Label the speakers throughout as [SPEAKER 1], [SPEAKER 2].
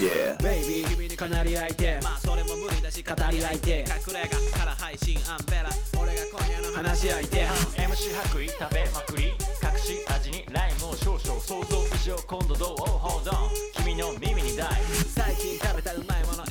[SPEAKER 1] Yeah
[SPEAKER 2] ベイビー君にかなり相手
[SPEAKER 3] まあそれも無理だし語り合いて隠れ家から配信アンベラ俺が今夜の話
[SPEAKER 2] 話し
[SPEAKER 3] し
[SPEAKER 2] 相
[SPEAKER 3] 相
[SPEAKER 2] 手
[SPEAKER 3] 手
[SPEAKER 4] MC 白衣食べまくり隠し味にライムを少々想像以上今度どう Hold on 君の耳に大
[SPEAKER 3] 最近食べたうまいもの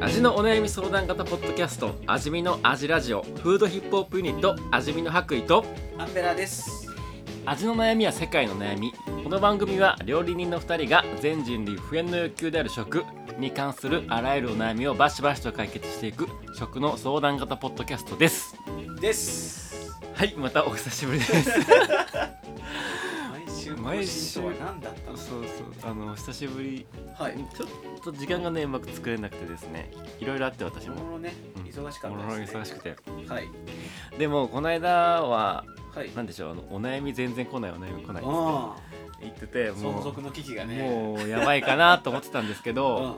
[SPEAKER 5] 味のお悩み相談型ポッドキャスト味見の味ラジオフードヒップホップユニット味見の白衣と
[SPEAKER 3] アンベラです
[SPEAKER 5] 味の悩みは世界の悩みこの番組は料理人の2人が全人類不変の欲求である食に関するあらゆるお悩みをバシバシと解決していく食の相談型ポッドキャストです
[SPEAKER 3] です
[SPEAKER 5] はいまたお久しぶりです
[SPEAKER 3] 毎週
[SPEAKER 5] 毎週
[SPEAKER 3] 更新とは何だったの
[SPEAKER 5] そうそうあのお久しぶり
[SPEAKER 3] はい
[SPEAKER 5] ちょっと時間がねうまく作れなくてですねいろいろあって私
[SPEAKER 3] も
[SPEAKER 5] も
[SPEAKER 3] のね
[SPEAKER 5] うん
[SPEAKER 3] 忙しか
[SPEAKER 5] も
[SPEAKER 3] った
[SPEAKER 5] ろもろ
[SPEAKER 3] ですね
[SPEAKER 5] 忙しくて
[SPEAKER 3] はい
[SPEAKER 5] でもこの間は
[SPEAKER 3] はい
[SPEAKER 5] なんでしょうあのお悩み全然来ないお悩み来ない
[SPEAKER 3] あ
[SPEAKER 5] 言ってて
[SPEAKER 3] あ存
[SPEAKER 5] も
[SPEAKER 3] 続の危機が
[SPEAKER 5] う,、
[SPEAKER 3] ね
[SPEAKER 5] もうやばいかなと思ってたんです け
[SPEAKER 3] う
[SPEAKER 5] ど、
[SPEAKER 3] ん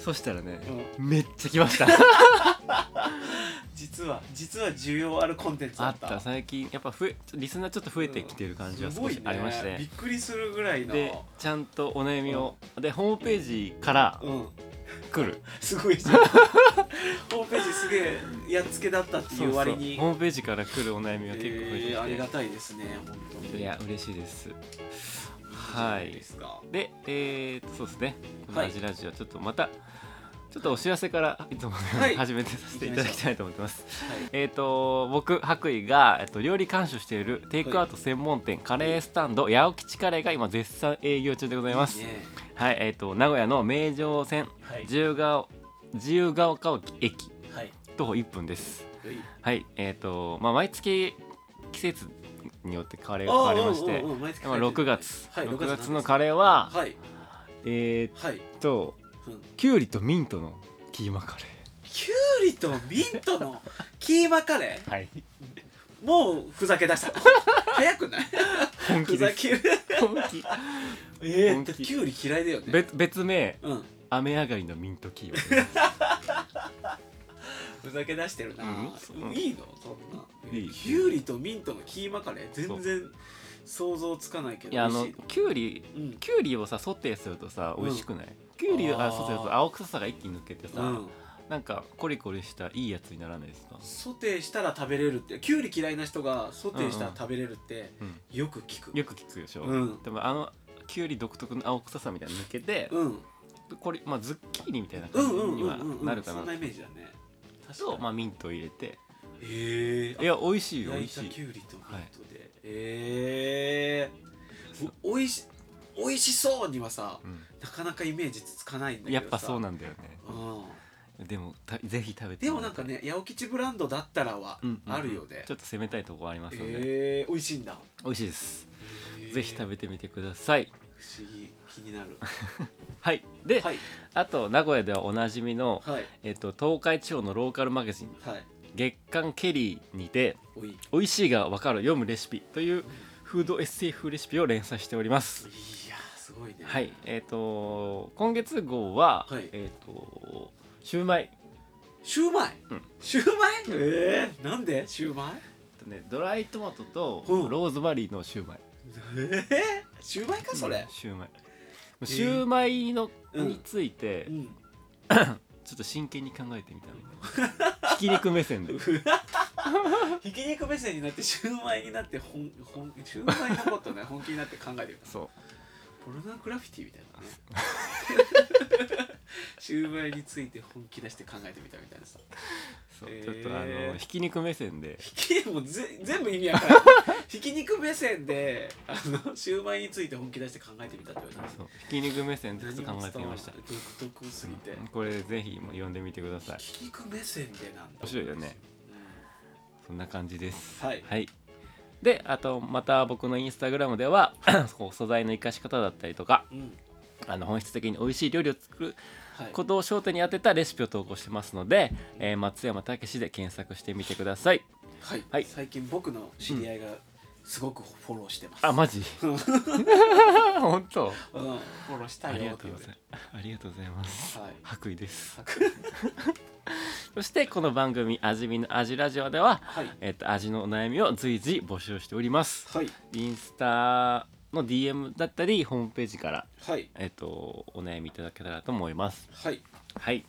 [SPEAKER 5] そしたらね、
[SPEAKER 3] うん
[SPEAKER 5] めっちゃ来ました
[SPEAKER 3] 実は実は需要あるコンテンツだ
[SPEAKER 5] あ
[SPEAKER 3] っ
[SPEAKER 5] ったた最近やっぱ増えリスナーちょっと増えてきてる感じは
[SPEAKER 3] す
[SPEAKER 5] 少
[SPEAKER 3] ごい
[SPEAKER 5] し
[SPEAKER 3] ね
[SPEAKER 5] ありまして、
[SPEAKER 3] びっくりするぐらいの
[SPEAKER 5] でちゃんとお悩みを、でホームページから
[SPEAKER 3] うん
[SPEAKER 5] 来る、
[SPEAKER 3] すごい じゃんホームページすげえやっつけだったっていう割に
[SPEAKER 5] ホームページから来るお悩みが結構増えてきて、
[SPEAKER 3] えーありがたいですね本当に
[SPEAKER 5] いや嬉しいです
[SPEAKER 3] じ
[SPEAKER 5] は
[SPEAKER 3] ゃない
[SPEAKER 5] い
[SPEAKER 3] ですか
[SPEAKER 5] で、えー、そうですね、この
[SPEAKER 3] はい
[SPEAKER 5] アジラジオ、ちょっとまた、ちょっとお知らせからいつものように
[SPEAKER 3] はい
[SPEAKER 5] 始めてさせていただきたいと思ってます。
[SPEAKER 3] はい
[SPEAKER 5] えっ、と、僕、白衣が、えっと、料理監修しているテイクアウト専門店、カレースタンド、八百吉カレーが今、絶賛営業中でございます。
[SPEAKER 3] ね
[SPEAKER 5] はい、えっ、と、名古屋の名城線、
[SPEAKER 3] はい
[SPEAKER 5] 自由が自由が丘駅、
[SPEAKER 3] はい
[SPEAKER 5] 徒歩1分です。はい、えっ、と、まあ、毎月、季節によってカレーが変わりまして、
[SPEAKER 3] うんうんうん毎月
[SPEAKER 5] 今6月、
[SPEAKER 3] はい
[SPEAKER 5] 6月の
[SPEAKER 3] カ
[SPEAKER 5] カレーは、
[SPEAKER 3] はい
[SPEAKER 5] えー、
[SPEAKER 3] はい
[SPEAKER 5] っと、
[SPEAKER 3] うん
[SPEAKER 5] キュウリとミントのキーマカレ
[SPEAKER 3] キュウリとミントのキーマカレ
[SPEAKER 5] ー。はい。
[SPEAKER 3] ーもうふざけ出した 早くない
[SPEAKER 5] 本
[SPEAKER 3] ふ
[SPEAKER 5] 気
[SPEAKER 3] ざ
[SPEAKER 5] です。
[SPEAKER 3] ける
[SPEAKER 5] 本気。
[SPEAKER 3] えー
[SPEAKER 5] 本気
[SPEAKER 3] だってキュウリ嫌いだよね
[SPEAKER 5] 別別名
[SPEAKER 3] うん
[SPEAKER 5] 雨上がりのミントキーマカレー。
[SPEAKER 3] ふざけ出してるな、
[SPEAKER 5] うん
[SPEAKER 3] いいのそんない
[SPEAKER 5] い
[SPEAKER 3] キュウリとミントのキーマカレー全然想像つかないけど
[SPEAKER 5] いやあ
[SPEAKER 3] 美
[SPEAKER 5] の
[SPEAKER 3] 味しい
[SPEAKER 5] キュウリ
[SPEAKER 3] のうん
[SPEAKER 5] キュウリをさソテーするとさ
[SPEAKER 3] うん
[SPEAKER 5] 美味しくない。キュウリ
[SPEAKER 3] あ
[SPEAKER 5] が
[SPEAKER 3] ー
[SPEAKER 5] ソテーすると青臭さが一気に抜けてさ、
[SPEAKER 3] うん、
[SPEAKER 5] なんかコリコリしたいいやつにならないですか。
[SPEAKER 3] ソテーしたら食べれるってキュウリ嫌いな人がソテーしたら食べれるって
[SPEAKER 5] うん。
[SPEAKER 3] よく聞く
[SPEAKER 5] よく聞くでしょ。
[SPEAKER 3] うん
[SPEAKER 5] でもあのキュウリ独特の青臭さみたいなの抜けて、
[SPEAKER 3] うん
[SPEAKER 5] これまあズッキーニみたいな
[SPEAKER 3] うん
[SPEAKER 5] 感
[SPEAKER 3] う
[SPEAKER 5] じ
[SPEAKER 3] ん
[SPEAKER 5] に
[SPEAKER 3] うん
[SPEAKER 5] は
[SPEAKER 3] うんうん
[SPEAKER 5] なるかな
[SPEAKER 3] そん。なイメージだね確
[SPEAKER 5] と
[SPEAKER 3] か
[SPEAKER 5] まあミントを入れて、
[SPEAKER 3] にへえ
[SPEAKER 5] いや美味しいよ
[SPEAKER 3] 焼い
[SPEAKER 5] 美味
[SPEAKER 3] た
[SPEAKER 5] しい。
[SPEAKER 3] キュウリとミントで、ええおいし美味しそうにはさ
[SPEAKER 5] うん
[SPEAKER 3] なかなかイメージつかないんだけど
[SPEAKER 5] や
[SPEAKER 3] さ
[SPEAKER 5] っぱそうなんだよね
[SPEAKER 3] うん
[SPEAKER 5] でもたぜひ食べて
[SPEAKER 3] でもなんかね八百吉ブランドだったらは
[SPEAKER 5] うんうんうん
[SPEAKER 3] あるよね
[SPEAKER 5] ちょっと攻めたいとこありますので、
[SPEAKER 3] えー、美味しいんだ
[SPEAKER 5] 美味しいです、ぜひ食
[SPEAKER 3] べ
[SPEAKER 5] べてみてください
[SPEAKER 3] 不思議気になる
[SPEAKER 5] はいで、
[SPEAKER 3] はい
[SPEAKER 5] あと名古屋ではおなじみの、
[SPEAKER 3] はい
[SPEAKER 5] えっと東海地方のローカルマガジン
[SPEAKER 3] はい
[SPEAKER 5] 月刊ケリーにて
[SPEAKER 3] おいい
[SPEAKER 5] 美味しいがわかる読むレシピというフード SF レシピを連載しております
[SPEAKER 3] やーすごいね
[SPEAKER 5] はいえっ、と今月号は、
[SPEAKER 3] はい
[SPEAKER 5] えっ、とシューマイ
[SPEAKER 3] シューマイ、
[SPEAKER 5] うん
[SPEAKER 3] シューマイえー、なんでシューマイ
[SPEAKER 5] とねドライトマトと
[SPEAKER 3] うん
[SPEAKER 5] ローズマリーのシューマイ
[SPEAKER 3] えー、 シューマイかそれ
[SPEAKER 5] うん、シューマイシューマイの、
[SPEAKER 3] うん
[SPEAKER 5] について、
[SPEAKER 3] うん、
[SPEAKER 5] ちょっと真剣に考えてみたみたいな ひき肉目線で
[SPEAKER 3] ひき肉目線になってシューマイになってほんほんシューマイのことね本気になって考えてる
[SPEAKER 5] そ
[SPEAKER 3] ポルノグラフィティみたいなね シューマイについて本気出して考えてみたみたいなさ
[SPEAKER 5] うそう、
[SPEAKER 3] えー
[SPEAKER 5] ちょっとあのひき肉目線で
[SPEAKER 3] ひきもうぜ全部意味わからないひき肉目線であのシューマイについて本気出して考えてみたって言われた
[SPEAKER 5] そうひき肉目線でちょっと考えてみました
[SPEAKER 3] 何も伝わらない独特すぎて、
[SPEAKER 5] うんこれぜひもう読んでみてください
[SPEAKER 3] ひき肉目線でなんだ
[SPEAKER 5] 面白いよね、
[SPEAKER 3] う
[SPEAKER 5] そんな感じです
[SPEAKER 3] んはい
[SPEAKER 5] であとまた僕のインスタグラムでは こう素材の生かし方だったりとか
[SPEAKER 3] うん
[SPEAKER 5] あの本質的に美味しい料理を作る
[SPEAKER 3] はい
[SPEAKER 5] ことを焦点に当てたレシピを投稿してますので、えー松山武史で検索してみてください
[SPEAKER 3] はい、
[SPEAKER 5] はい
[SPEAKER 3] 最近僕の知り合いがすごくフォローしてます、
[SPEAKER 5] あマジ 本当
[SPEAKER 3] うんフォローした
[SPEAKER 5] あ
[SPEAKER 3] い
[SPEAKER 5] り
[SPEAKER 3] よ
[SPEAKER 5] が
[SPEAKER 3] って
[SPEAKER 5] とう
[SPEAKER 3] 言われ
[SPEAKER 5] ござ
[SPEAKER 3] て
[SPEAKER 5] いますありがとうございます
[SPEAKER 3] はい
[SPEAKER 5] 白衣です
[SPEAKER 3] さく
[SPEAKER 5] そしてこの番組「味見の味ラジオ」では、
[SPEAKER 3] はい
[SPEAKER 5] えっと、味のお悩みを随時募集しております
[SPEAKER 3] はい
[SPEAKER 5] インスタの DM だったりホームページから、
[SPEAKER 3] はい
[SPEAKER 5] えっと、お悩みいただけたらと思います
[SPEAKER 3] はい
[SPEAKER 5] はい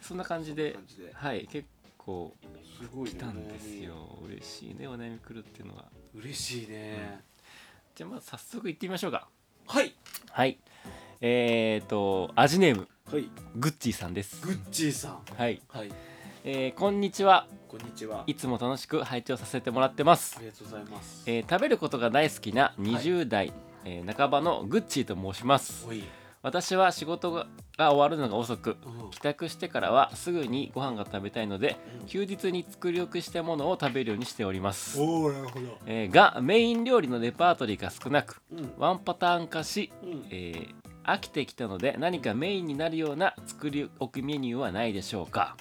[SPEAKER 5] そんな感じで
[SPEAKER 3] こんな感じで
[SPEAKER 5] はい結構
[SPEAKER 3] すごいね
[SPEAKER 5] 来たんですよ嬉しいねお悩み来るっていうのは
[SPEAKER 3] お悩み嬉しいね、
[SPEAKER 5] じゃあまあ早速行ってみましょうか
[SPEAKER 3] はい
[SPEAKER 5] はいえっ、と味ネーム
[SPEAKER 3] はい
[SPEAKER 5] グッチーさんです
[SPEAKER 3] グッチーさん
[SPEAKER 5] はい、
[SPEAKER 3] はい
[SPEAKER 5] えーこんにちは
[SPEAKER 3] こんにちはい
[SPEAKER 5] つも楽しく拝聴させてもらってます
[SPEAKER 3] ありがとうございます
[SPEAKER 5] えー食べることが大好きな20代、えー半ばのグッチーと申します
[SPEAKER 3] おい、
[SPEAKER 5] 私は仕事がが終わるのが遅く
[SPEAKER 3] うん
[SPEAKER 5] 帰宅してからはすぐにご飯が食べたいので
[SPEAKER 3] うん
[SPEAKER 5] 休日に作り置きしたものを食べるようにしております、
[SPEAKER 3] おおなるほど
[SPEAKER 5] えーがメイン料理のレパートリーが少なく
[SPEAKER 3] うん
[SPEAKER 5] ワンパターン化し、
[SPEAKER 3] うん
[SPEAKER 5] えー飽きてきたので何かメインになるような作り置きメニューはないでしょうか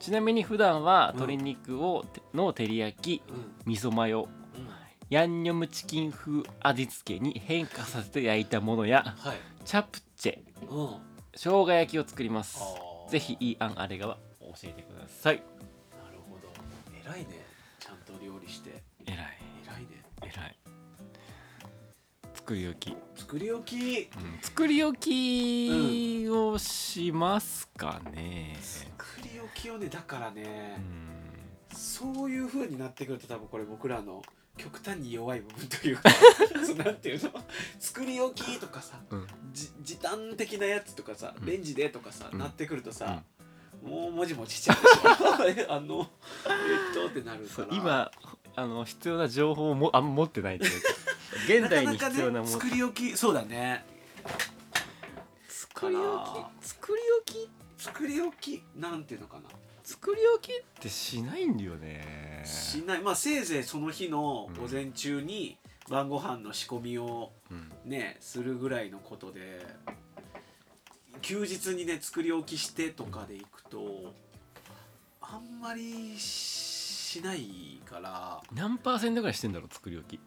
[SPEAKER 5] ちなみに普段は鶏肉を、の照り焼き
[SPEAKER 3] うん
[SPEAKER 5] 味噌マヨ
[SPEAKER 3] うん
[SPEAKER 5] ヤンニョムチキン風味付けに変化させて焼いたものや
[SPEAKER 3] はい
[SPEAKER 5] チャプチェ
[SPEAKER 3] うんな
[SPEAKER 5] 生姜焼きを作ります
[SPEAKER 3] あー
[SPEAKER 5] ぜひいい案あれが教えてください
[SPEAKER 3] るほど偉いねちゃんと料理して
[SPEAKER 5] えらい
[SPEAKER 3] 偉いね
[SPEAKER 5] えらい作り置き、
[SPEAKER 3] 作り置き
[SPEAKER 5] うん、作り置きをしますかね、
[SPEAKER 3] 作り置きをねだからね
[SPEAKER 5] うん、
[SPEAKER 3] そういう風になってくると多分これ僕らの極端に弱い部分という かそうなんていうの作り置きとかさ、
[SPEAKER 5] うん
[SPEAKER 3] じ時短的なやつとかさ
[SPEAKER 5] うん
[SPEAKER 3] レンジでとかさ、
[SPEAKER 5] うん
[SPEAKER 3] なってくるとさ、もうもじもじしちゃうでしょ あのえっとってなる
[SPEAKER 5] そ
[SPEAKER 3] か
[SPEAKER 5] う
[SPEAKER 3] ら
[SPEAKER 5] 今あの必要な情報をもあんま持ってないという か現代に必要なもの
[SPEAKER 3] 作り置きそうだね
[SPEAKER 5] 作り置き作り置き
[SPEAKER 3] 作り置きなんていうのかな
[SPEAKER 5] 作り置きってしないんだよね
[SPEAKER 3] しないまあせいぜいその日の
[SPEAKER 5] うん
[SPEAKER 3] 午前中に晩ご飯の仕込みを
[SPEAKER 5] うん
[SPEAKER 3] ねするぐらいのことで休日にね作り置きしてとかで行くとあんまりしないから
[SPEAKER 5] 何パーセントぐらいしてんだろう作り置き、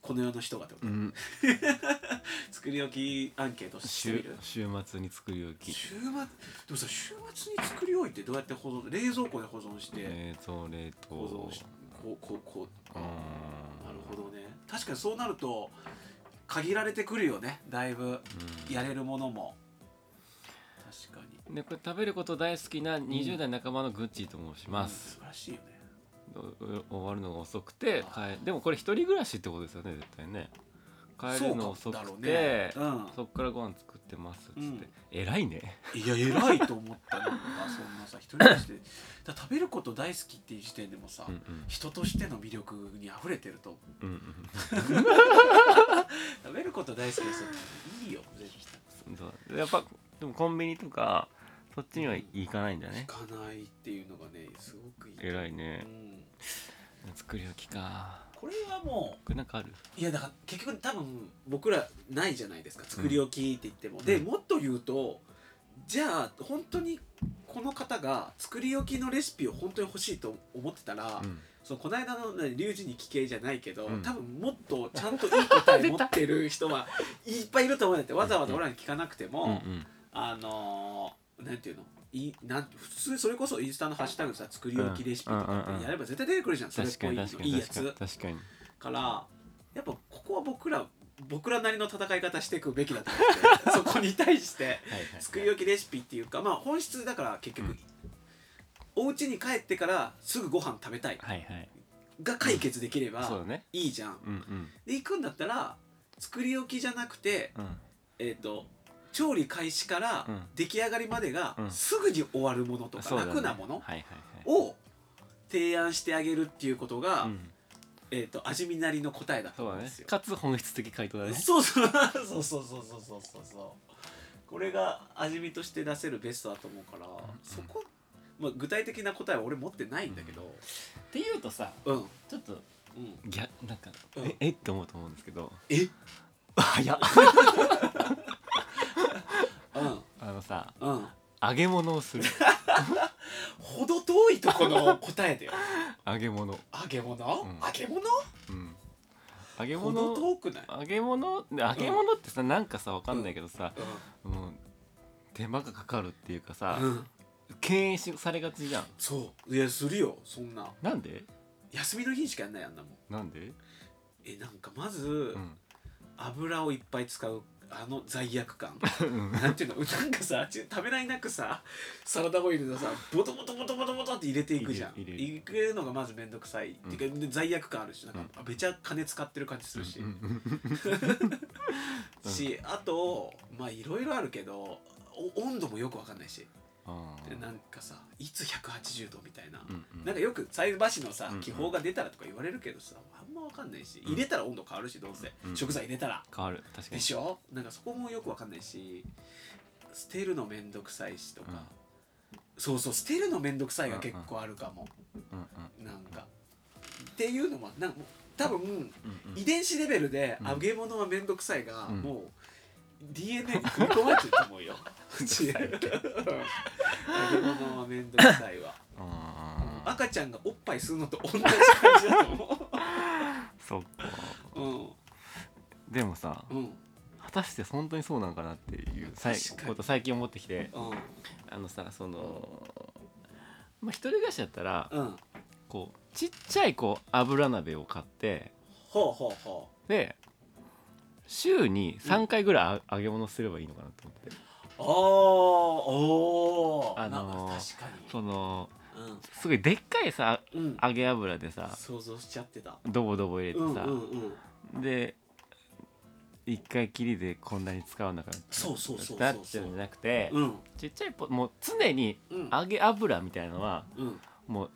[SPEAKER 3] この世の人がってこと、
[SPEAKER 5] ん、
[SPEAKER 3] 作り置きアンケートしてみ
[SPEAKER 5] 週
[SPEAKER 3] る
[SPEAKER 5] 週末に作り置
[SPEAKER 3] 週
[SPEAKER 5] き
[SPEAKER 3] 末でもさ週末に作り置いてどうやって保存冷蔵庫で保存して
[SPEAKER 5] 冷蔵冷凍
[SPEAKER 3] 保存しこうこうこう
[SPEAKER 5] うん
[SPEAKER 3] なるほどね確かにそうなると限られてくるよねだいぶ
[SPEAKER 5] うん
[SPEAKER 3] やれるものも確かに
[SPEAKER 5] でこれ食べること大好きな20代半ばのグッチーと申します、
[SPEAKER 3] うん素晴らしいよね
[SPEAKER 5] お終わるのが遅くて帰でもこれ一人暮らしってことですよね絶対ね帰るの
[SPEAKER 3] そ
[SPEAKER 5] 遅
[SPEAKER 3] うか
[SPEAKER 5] く
[SPEAKER 3] だ
[SPEAKER 5] てそ,、
[SPEAKER 3] ろうねうん
[SPEAKER 5] っからご飯作ってますっつって、
[SPEAKER 3] うん
[SPEAKER 5] 偉いね
[SPEAKER 3] いや偉いと思ったのがそんなさ一人としてだ食べること大好きっていう時点でもさ、
[SPEAKER 5] うん
[SPEAKER 3] 人としての魅力に溢れてると思う
[SPEAKER 5] うんうん
[SPEAKER 3] 食べること大好きですよいいよぜひ
[SPEAKER 5] うんそうやっぱでもコンビニとかそっちには行かないんだよね
[SPEAKER 3] 行かないっていうのがねすごくいい
[SPEAKER 5] 偉いうね
[SPEAKER 3] ん、
[SPEAKER 5] 作り置きか
[SPEAKER 3] これはも
[SPEAKER 5] これなんかある
[SPEAKER 3] ういやだから結局多分僕らないじゃないですか作り置きって言っても、でもっと言うとじゃあ本当にこの方が作り置きのレシピを本当に欲しいと思ってたら、
[SPEAKER 5] うん
[SPEAKER 3] そのこの間のねリュウジに聞けじゃないけど、
[SPEAKER 5] うん
[SPEAKER 3] 多分もっとちゃんといい答え持ってる人はいっぱいいると思うんだってわざわざ俺らに聞かなくても、
[SPEAKER 5] うんうん
[SPEAKER 3] あのー、なんていうのいなん普通それこそインスタのハッシュタグさ作り置きレシピとか
[SPEAKER 5] うんうんうん
[SPEAKER 3] っ
[SPEAKER 5] うん
[SPEAKER 3] てやれば絶対出てくるじゃんそれっ
[SPEAKER 5] 確
[SPEAKER 3] ぽ
[SPEAKER 5] か
[SPEAKER 3] い
[SPEAKER 5] に
[SPEAKER 3] の
[SPEAKER 5] 確か
[SPEAKER 3] いい
[SPEAKER 5] に
[SPEAKER 3] や
[SPEAKER 5] 確かに
[SPEAKER 3] つ
[SPEAKER 5] 確かに
[SPEAKER 3] からやっぱここは僕ら僕らなりの戦い方していくべきだと思って そこに対して作り置きレシピっていうかまあ本質だから結局、
[SPEAKER 5] うん
[SPEAKER 3] お家に帰ってからすぐご飯食べたい
[SPEAKER 5] はいはい
[SPEAKER 3] が解決できれば、
[SPEAKER 5] そうだね
[SPEAKER 3] いいじゃん
[SPEAKER 5] うんうん
[SPEAKER 3] で行くんだったら作り置きじゃなくて、
[SPEAKER 5] うん
[SPEAKER 3] えー、と調理開始から
[SPEAKER 5] うん
[SPEAKER 3] 出来上がりまでが
[SPEAKER 5] うん
[SPEAKER 3] すぐに終わるものとか、
[SPEAKER 5] そうだね
[SPEAKER 3] 楽なもの
[SPEAKER 5] はいはいはい
[SPEAKER 3] を提案してあげるっていうことが、
[SPEAKER 5] うん
[SPEAKER 3] えー、と味見なりの答えだと
[SPEAKER 5] そう
[SPEAKER 3] 思う
[SPEAKER 5] だ
[SPEAKER 3] んで
[SPEAKER 5] ね
[SPEAKER 3] すよ。
[SPEAKER 5] かつ本質的回答だね
[SPEAKER 3] そうそうそうそうそうそうそうそうこれが味見として出せるベストだと思うから、そこ、まあ、具体的な答えは俺持ってないんだけど
[SPEAKER 5] っていうとさ
[SPEAKER 3] うん、うん
[SPEAKER 5] ちょっとギャなんか
[SPEAKER 3] うん
[SPEAKER 5] ええって思うと思うんですけど
[SPEAKER 3] え
[SPEAKER 5] 早っ
[SPEAKER 3] うん
[SPEAKER 5] あのさ
[SPEAKER 3] うん
[SPEAKER 5] 揚げ物をする
[SPEAKER 3] ほど遠いとこの答えだよ
[SPEAKER 5] 揚げ物、
[SPEAKER 3] 揚げ物、
[SPEAKER 5] うん
[SPEAKER 3] 揚げ物
[SPEAKER 5] うん、揚げ
[SPEAKER 3] ほど
[SPEAKER 5] 物
[SPEAKER 3] 遠くない、
[SPEAKER 5] 揚げ物で揚げ物ってさなんかさわかんないけどさ、
[SPEAKER 3] う
[SPEAKER 5] もう手間がかかるっていうかさ、
[SPEAKER 3] んうん、
[SPEAKER 5] 敬遠しされがちじゃん
[SPEAKER 3] そういやするよそんな
[SPEAKER 5] なんで
[SPEAKER 3] 休みの日にしかやんないあんなもん
[SPEAKER 5] なんで、
[SPEAKER 3] えなんかまず、
[SPEAKER 5] うん、
[SPEAKER 3] 油をいっぱい使うあの罪悪感
[SPEAKER 5] うん
[SPEAKER 3] なんていうのなんかさち食べないなくさサラダオイルのさボトボトボトボトボトって入れていくじゃん
[SPEAKER 5] 入れる入
[SPEAKER 3] 入れるのがまず面倒くさい、
[SPEAKER 5] うん
[SPEAKER 3] っていうかで罪悪感あるしなんか、めちゃ金使ってる感じするし、
[SPEAKER 5] うん
[SPEAKER 3] しあとまあいろいろあるけどお温度もよくわかんないし、
[SPEAKER 5] あ
[SPEAKER 3] でなんかさいつ180度みたいな、
[SPEAKER 5] ーうんうん
[SPEAKER 3] なんかよく菜箸のさ
[SPEAKER 5] うんうん
[SPEAKER 3] 気泡が出たらとか言われるけどさあんまわかんないし入れたら温度変わるしどうせ、
[SPEAKER 5] うん
[SPEAKER 3] 食材入れたら
[SPEAKER 5] 変わる確か
[SPEAKER 3] で
[SPEAKER 5] に
[SPEAKER 3] しょなんかそこもよくわかんないし捨てるのめんどくさいしとか、
[SPEAKER 5] うん
[SPEAKER 3] そうそう捨てるのめんどくさいが結構あるかも、
[SPEAKER 5] うんうん
[SPEAKER 3] なんかっていうのもなんかもう多分
[SPEAKER 5] うんうん
[SPEAKER 3] 遺伝子レベルで
[SPEAKER 5] うん
[SPEAKER 3] 揚げ物はめんどくさいが、
[SPEAKER 5] うん
[SPEAKER 3] もう DNA に組み込まれてると思 うよ 違う揚げ物はめんどくさいわ
[SPEAKER 5] あー
[SPEAKER 3] 赤ちゃんがおっぱい吸うのと同じ感じだと思
[SPEAKER 5] そうか
[SPEAKER 3] う
[SPEAKER 5] でもさ
[SPEAKER 3] うんうん
[SPEAKER 5] 果たして本当にそうなのかなっていうさい
[SPEAKER 3] 確かに
[SPEAKER 5] こと最近思ってきて
[SPEAKER 3] うん
[SPEAKER 5] あのさそのまあ一人暮らしだったら
[SPEAKER 3] うん
[SPEAKER 5] こうちっちゃいこう油鍋を買って
[SPEAKER 3] ほうほうほう
[SPEAKER 5] で週に3回ぐらいあ揚げ物すればいいのかなと思って
[SPEAKER 3] あーおー
[SPEAKER 5] あのー
[SPEAKER 3] なんか確か
[SPEAKER 5] その
[SPEAKER 3] に
[SPEAKER 5] すごいでっかいさ
[SPEAKER 3] うん、うん、
[SPEAKER 5] 揚げ油でさ
[SPEAKER 3] 想像しちゃってた
[SPEAKER 5] ドボドボ入れて
[SPEAKER 3] うんうん
[SPEAKER 5] さ、
[SPEAKER 3] うん
[SPEAKER 5] で一回きりでこんなに使わなかった
[SPEAKER 3] そうそうそうそうそう
[SPEAKER 5] なっちゃうんじゃなくて、
[SPEAKER 3] うん
[SPEAKER 5] ちっちゃいポもう常に
[SPEAKER 3] うん
[SPEAKER 5] 揚げ油みたいなのは
[SPEAKER 3] うん
[SPEAKER 5] もう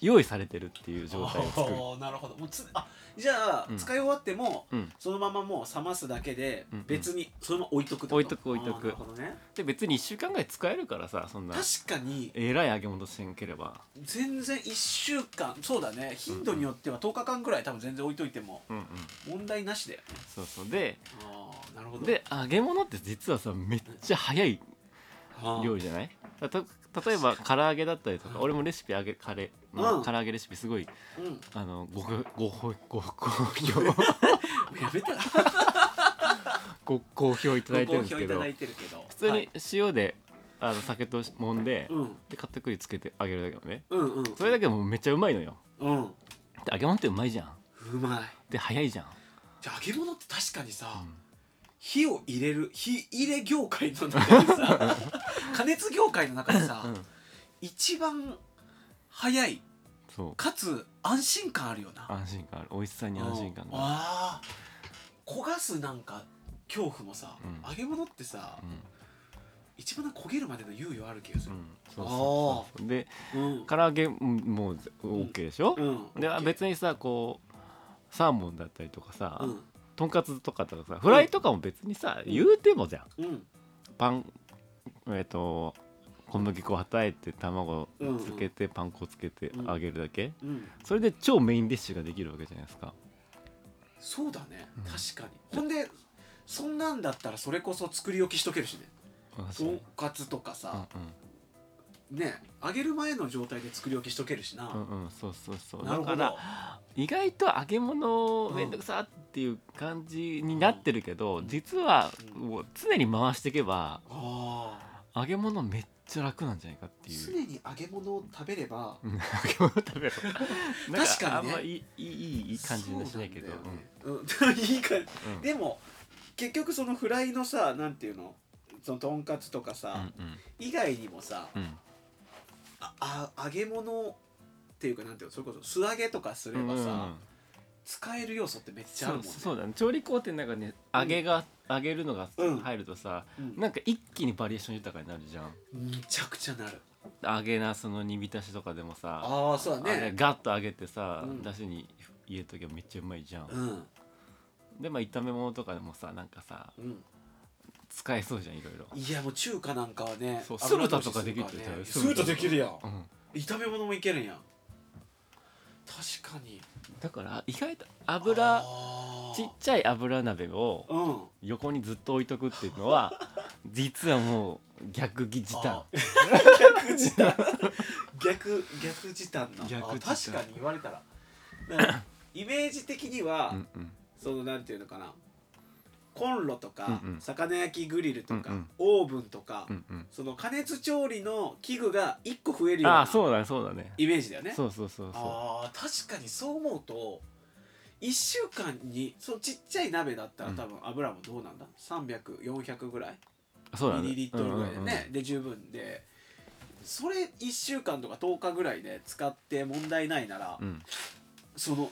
[SPEAKER 5] 用意されてるっていう状態を作る。
[SPEAKER 3] ああなるほどもうつあじゃあ、
[SPEAKER 5] うん
[SPEAKER 3] 使い終わっても
[SPEAKER 5] うん、
[SPEAKER 3] そのままもう冷ますだけで、
[SPEAKER 5] うんうん
[SPEAKER 3] 別にそのまま置いとくって
[SPEAKER 5] 置いとく置いとく
[SPEAKER 3] あーなるほどね
[SPEAKER 5] で別に1週間ぐらい使えるからさそんな
[SPEAKER 3] 確かに
[SPEAKER 5] えらい揚げ物しなければ、
[SPEAKER 3] 全然1週間そうだね頻度によっては10日間ぐらい多分全然置いといても
[SPEAKER 5] うんうん、
[SPEAKER 3] 問題なしだよね
[SPEAKER 5] そうそうで
[SPEAKER 3] ああなるほど
[SPEAKER 5] で揚げ物って実はさめっちゃ早い
[SPEAKER 3] あー
[SPEAKER 5] 料理じゃないだた例えば唐揚げだったりとか俺もレシピ揚げカレー
[SPEAKER 3] う
[SPEAKER 5] の
[SPEAKER 3] ん
[SPEAKER 5] 唐揚げレシピすごい
[SPEAKER 3] うん
[SPEAKER 5] あのごごごごご好 評
[SPEAKER 3] やめたら
[SPEAKER 5] ご好評いただいてるん
[SPEAKER 3] ご好
[SPEAKER 5] です
[SPEAKER 3] 評
[SPEAKER 5] け
[SPEAKER 3] いた
[SPEAKER 5] ど
[SPEAKER 3] だいてるけど
[SPEAKER 5] 普通
[SPEAKER 3] は
[SPEAKER 5] に
[SPEAKER 3] い
[SPEAKER 5] 塩であの酒と揉んで、
[SPEAKER 3] うん
[SPEAKER 5] で片栗つけて揚げるだけのね
[SPEAKER 3] うんうん
[SPEAKER 5] それだけでもめっちゃうまいのよ
[SPEAKER 3] うん
[SPEAKER 5] で揚げ物ってうまいじゃん
[SPEAKER 3] うまい
[SPEAKER 5] で早いじゃん、
[SPEAKER 3] じゃあ揚げ物って確かにさ、
[SPEAKER 5] うん
[SPEAKER 3] 火を入れる火入れ業界の中で さ加熱業界の中でさ、
[SPEAKER 5] うん
[SPEAKER 3] 一番早い
[SPEAKER 5] そう
[SPEAKER 3] かつ安心感あるよな
[SPEAKER 5] 安心感ある美味しさに安心感
[SPEAKER 3] うん
[SPEAKER 5] があ
[SPEAKER 3] あー焦がすなんか恐怖もさ、
[SPEAKER 5] うん
[SPEAKER 3] 揚げ物ってさ、
[SPEAKER 5] る
[SPEAKER 3] 一番焦げるまでの猶予ある気がす
[SPEAKER 5] うん、
[SPEAKER 3] る
[SPEAKER 5] うん、そうそうそうそうで
[SPEAKER 3] うん
[SPEAKER 5] 唐揚げうんもう OK でしょ、
[SPEAKER 3] うん
[SPEAKER 5] であ別にさこうサーモンだったりとかさ、
[SPEAKER 3] うん
[SPEAKER 5] とんかつとかとかさフライとかも別にさ、言うてもじゃん
[SPEAKER 3] うん
[SPEAKER 5] パンえっ、と小麦粉をはたいて卵をつけてパン粉をつけて揚げるだけ、
[SPEAKER 3] うん
[SPEAKER 5] それで超メインディッシュができるわけじゃないですか
[SPEAKER 3] そうだね、
[SPEAKER 5] うん
[SPEAKER 3] 確かにほんでそんなんだったらそれこそ作り置きしとけるしねとんかつとか
[SPEAKER 5] うん
[SPEAKER 3] さ、ね揚げる前の状態で作り置きしとけるしな、
[SPEAKER 5] うんうんうんそうそうそう
[SPEAKER 3] な
[SPEAKER 5] だ
[SPEAKER 3] る
[SPEAKER 5] か
[SPEAKER 3] ほ
[SPEAKER 5] ら
[SPEAKER 3] ど
[SPEAKER 5] 意外と揚げ物
[SPEAKER 3] うん
[SPEAKER 5] めんどくさっていう感じになってるけど、実は
[SPEAKER 3] うん
[SPEAKER 5] もう常に回していけば
[SPEAKER 3] あ
[SPEAKER 5] 揚げ物めっちゃ楽なんじゃないかって
[SPEAKER 3] 常
[SPEAKER 5] いう。
[SPEAKER 3] に揚げ物を食べれば
[SPEAKER 5] うん揚げ物食べろなん
[SPEAKER 3] 確かにね
[SPEAKER 5] あんまいいいいいい感じがしないけど
[SPEAKER 3] そう
[SPEAKER 5] うん
[SPEAKER 3] んだよねうん いい感じ
[SPEAKER 5] うん
[SPEAKER 3] でも結局そのフライのさなんていうのそのとんかつとかさ、
[SPEAKER 5] うん
[SPEAKER 3] 以外にもさ
[SPEAKER 5] うんうん
[SPEAKER 3] ああ揚げ物っていうかなんていうのそれこそ素揚げとかすればさ、
[SPEAKER 5] うんうん
[SPEAKER 3] 使える要素ってめっちゃあ
[SPEAKER 5] そ
[SPEAKER 3] るも
[SPEAKER 5] うん
[SPEAKER 3] ね
[SPEAKER 5] そうだね調理工程の中に揚げが、揚げるのが
[SPEAKER 3] うん
[SPEAKER 5] 入るとさ、
[SPEAKER 3] うん
[SPEAKER 5] なんか一気にバリエーション豊かになるじゃん
[SPEAKER 3] めちゃくちゃなる
[SPEAKER 5] 揚げなその煮浸しとかでもさ
[SPEAKER 3] ああそうだ
[SPEAKER 5] あれ
[SPEAKER 3] ね
[SPEAKER 5] ガッと揚げてさ、
[SPEAKER 3] うん
[SPEAKER 5] だしに入れときゃめっちゃうまいじゃん、
[SPEAKER 3] うん
[SPEAKER 5] でまあ炒め物とかでもさなんかさ
[SPEAKER 3] うん
[SPEAKER 5] 使えそうじゃんいろいろ
[SPEAKER 3] いやもう中華なんかはね
[SPEAKER 5] そう
[SPEAKER 3] 油通し
[SPEAKER 5] 酢豚とかできるよ
[SPEAKER 3] するからね
[SPEAKER 5] 多
[SPEAKER 3] 酢
[SPEAKER 5] 分
[SPEAKER 3] 豚できるやん
[SPEAKER 5] うん
[SPEAKER 3] 炒め物もいけるやん確かに
[SPEAKER 5] だから意外と油
[SPEAKER 3] あー
[SPEAKER 5] ちっちゃい油鍋を
[SPEAKER 3] うん
[SPEAKER 5] 横にずっと置いとくっていうのは実はもう逆ギ時短
[SPEAKER 3] あ逆時短逆逆時短な
[SPEAKER 5] 逆時短
[SPEAKER 3] あ確かに言われ たらだからイメージ的には、
[SPEAKER 5] うんうん
[SPEAKER 3] そのなんていうのかなコンロとか、
[SPEAKER 5] うんうん
[SPEAKER 3] 魚焼きグリルとか、
[SPEAKER 5] うんうん
[SPEAKER 3] オーブンとか、
[SPEAKER 5] うんうん
[SPEAKER 3] その加熱調理の器具が1個増えるよう
[SPEAKER 5] ああ
[SPEAKER 3] な
[SPEAKER 5] そうだねそうだね
[SPEAKER 3] イメージだよね
[SPEAKER 5] そうそうそうそ
[SPEAKER 3] あー確かにそう思うと1週間にそのちっちゃい鍋だったら
[SPEAKER 5] うん
[SPEAKER 3] 多分油もどうなんだ300400ぐらいう
[SPEAKER 5] そうだね
[SPEAKER 3] ミリリットルぐらいでね、
[SPEAKER 5] うんうんうん
[SPEAKER 3] で十分でそれ1週間とか10日ぐらいで使って問題ないなら、
[SPEAKER 5] うん
[SPEAKER 3] その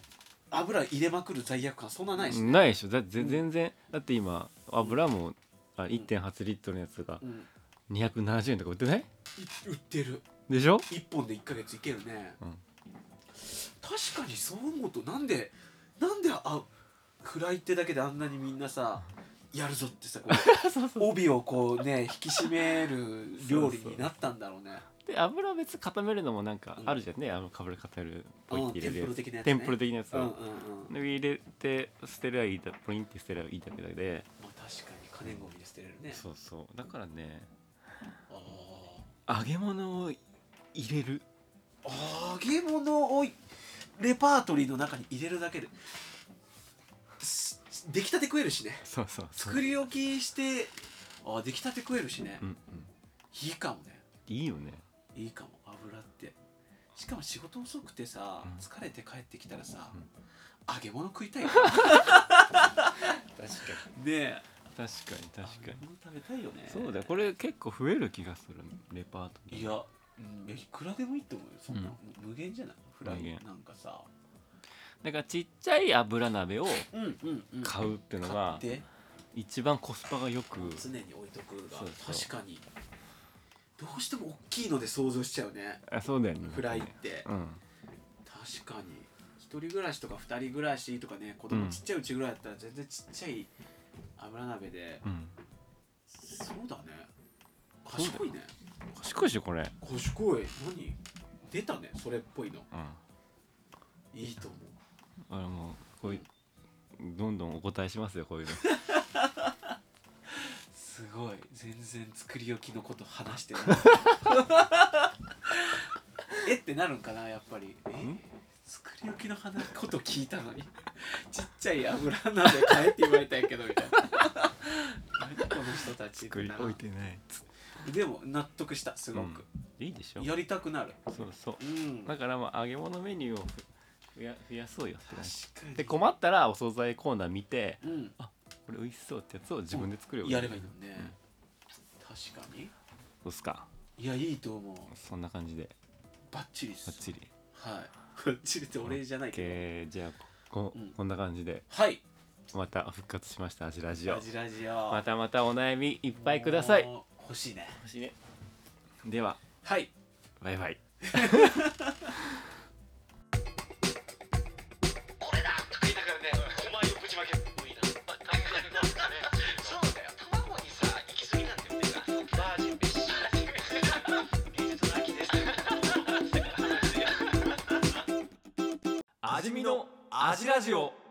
[SPEAKER 3] 油入れまくる罪悪感そんなないしね、
[SPEAKER 5] ないでしょだって
[SPEAKER 3] うん
[SPEAKER 5] 全然だって今油もあ1.8リットルのやつが
[SPEAKER 3] うん
[SPEAKER 5] 270円とか売ってない
[SPEAKER 3] い売ってる
[SPEAKER 5] で しょ
[SPEAKER 3] 1本で1ヶ月いけるね、
[SPEAKER 5] うん
[SPEAKER 3] 確かにそう思うとなんでなんであ暗いってだけであんなにみんなさやるぞって さこう帯をこうね引き締める料理になったんだろうね
[SPEAKER 5] で油別に固めるのもなんか
[SPEAKER 3] うん
[SPEAKER 5] あるじゃんね、あの油固めるポイ
[SPEAKER 3] う
[SPEAKER 5] っ
[SPEAKER 3] ん
[SPEAKER 5] て
[SPEAKER 3] テン
[SPEAKER 5] 入
[SPEAKER 3] プ
[SPEAKER 5] れる
[SPEAKER 3] ル
[SPEAKER 5] やつ
[SPEAKER 3] 的なやつ、ね、
[SPEAKER 5] テンプル的なやつ
[SPEAKER 3] うんうんうん、
[SPEAKER 5] で入れて捨てりゃいいだポインって捨てりゃいいだけだけで、
[SPEAKER 3] まあ、確かに可燃ごみで捨てれるね
[SPEAKER 5] そうそうだからね
[SPEAKER 3] あ
[SPEAKER 5] 揚げ物を入れる
[SPEAKER 3] ー揚げ物をレパートリーの中に入れるだけです出来たて食えるしね
[SPEAKER 5] そうそうそう
[SPEAKER 3] 作り置きしてあー出来たて食えるしね、
[SPEAKER 5] うんうん
[SPEAKER 3] いいかもね
[SPEAKER 5] いいよね
[SPEAKER 3] いいかも油ってしかも仕事遅くてさ、
[SPEAKER 5] うん
[SPEAKER 3] 疲れて帰ってきたらさ、
[SPEAKER 5] うん
[SPEAKER 3] 揚げ物食いたい よ
[SPEAKER 5] 確か
[SPEAKER 3] ねえ
[SPEAKER 5] に確かに確
[SPEAKER 3] 揚
[SPEAKER 5] か
[SPEAKER 3] げ物食べたいよね
[SPEAKER 5] にそうだよこれ結構増える気がするレパートリー
[SPEAKER 3] いや、うん、いくらでもいいと思うよそんな、無限じゃないフライ
[SPEAKER 5] 無限
[SPEAKER 3] なんかさ
[SPEAKER 5] だからちっちゃい油鍋を
[SPEAKER 3] うんうんうん
[SPEAKER 5] 買うっていうのが
[SPEAKER 3] 買って
[SPEAKER 5] 一番コスパがよく
[SPEAKER 3] 常に置いとくが
[SPEAKER 5] そうそう
[SPEAKER 3] 確かにどうしても大きいので想像しちゃうね
[SPEAKER 5] あそうだよね
[SPEAKER 3] フライって
[SPEAKER 5] うん
[SPEAKER 3] 確かに一人暮らしとか二人暮らしとかね子供ちっちゃいうちぐらいだったら全然ちっちゃい油鍋で
[SPEAKER 5] うん
[SPEAKER 3] そうだね賢いね
[SPEAKER 5] 賢いしこれ
[SPEAKER 3] 賢い何出たねそれっぽいの
[SPEAKER 5] うん
[SPEAKER 3] いいと思う
[SPEAKER 5] あれもうこういうどんどんお答えしますよこういうの
[SPEAKER 3] すごい全然作り置きのこと話してない えってなるんかなやっぱりえ
[SPEAKER 5] ん
[SPEAKER 3] 作り置きの話こと聞いたのに ちっちゃい油鍋買えって言われたんやけど みたいな何この人たちって
[SPEAKER 5] 作り
[SPEAKER 3] な
[SPEAKER 5] 置いてないつ
[SPEAKER 3] でも納得した すごく、
[SPEAKER 5] いいでしょ
[SPEAKER 3] やりたくなる
[SPEAKER 5] そうそう
[SPEAKER 3] うん
[SPEAKER 5] だからまあ揚げ物メニューをふ増や増やそうよって
[SPEAKER 3] 確
[SPEAKER 5] 感じ
[SPEAKER 3] かに
[SPEAKER 5] で困ったらお惣菜コーナー見て
[SPEAKER 3] うん
[SPEAKER 5] これ美味しそうってやつを自分で作るよ、
[SPEAKER 3] やればいいのね、確かに
[SPEAKER 5] どうっすか
[SPEAKER 3] いやいいと思う
[SPEAKER 5] そんな感じで
[SPEAKER 3] バッチリです
[SPEAKER 5] バッチリ
[SPEAKER 3] はいバッチリってお礼じゃないけど、
[SPEAKER 5] OK じゃあこ
[SPEAKER 3] うん
[SPEAKER 5] こんな感じで
[SPEAKER 3] はい
[SPEAKER 5] また復活しました「アジラジオ
[SPEAKER 3] ラ」ジラジオ
[SPEAKER 5] またまたお悩みいっぱいください
[SPEAKER 3] もう欲しいね
[SPEAKER 5] では
[SPEAKER 3] はい
[SPEAKER 5] バイバイ
[SPEAKER 2] 味見の味ラジオ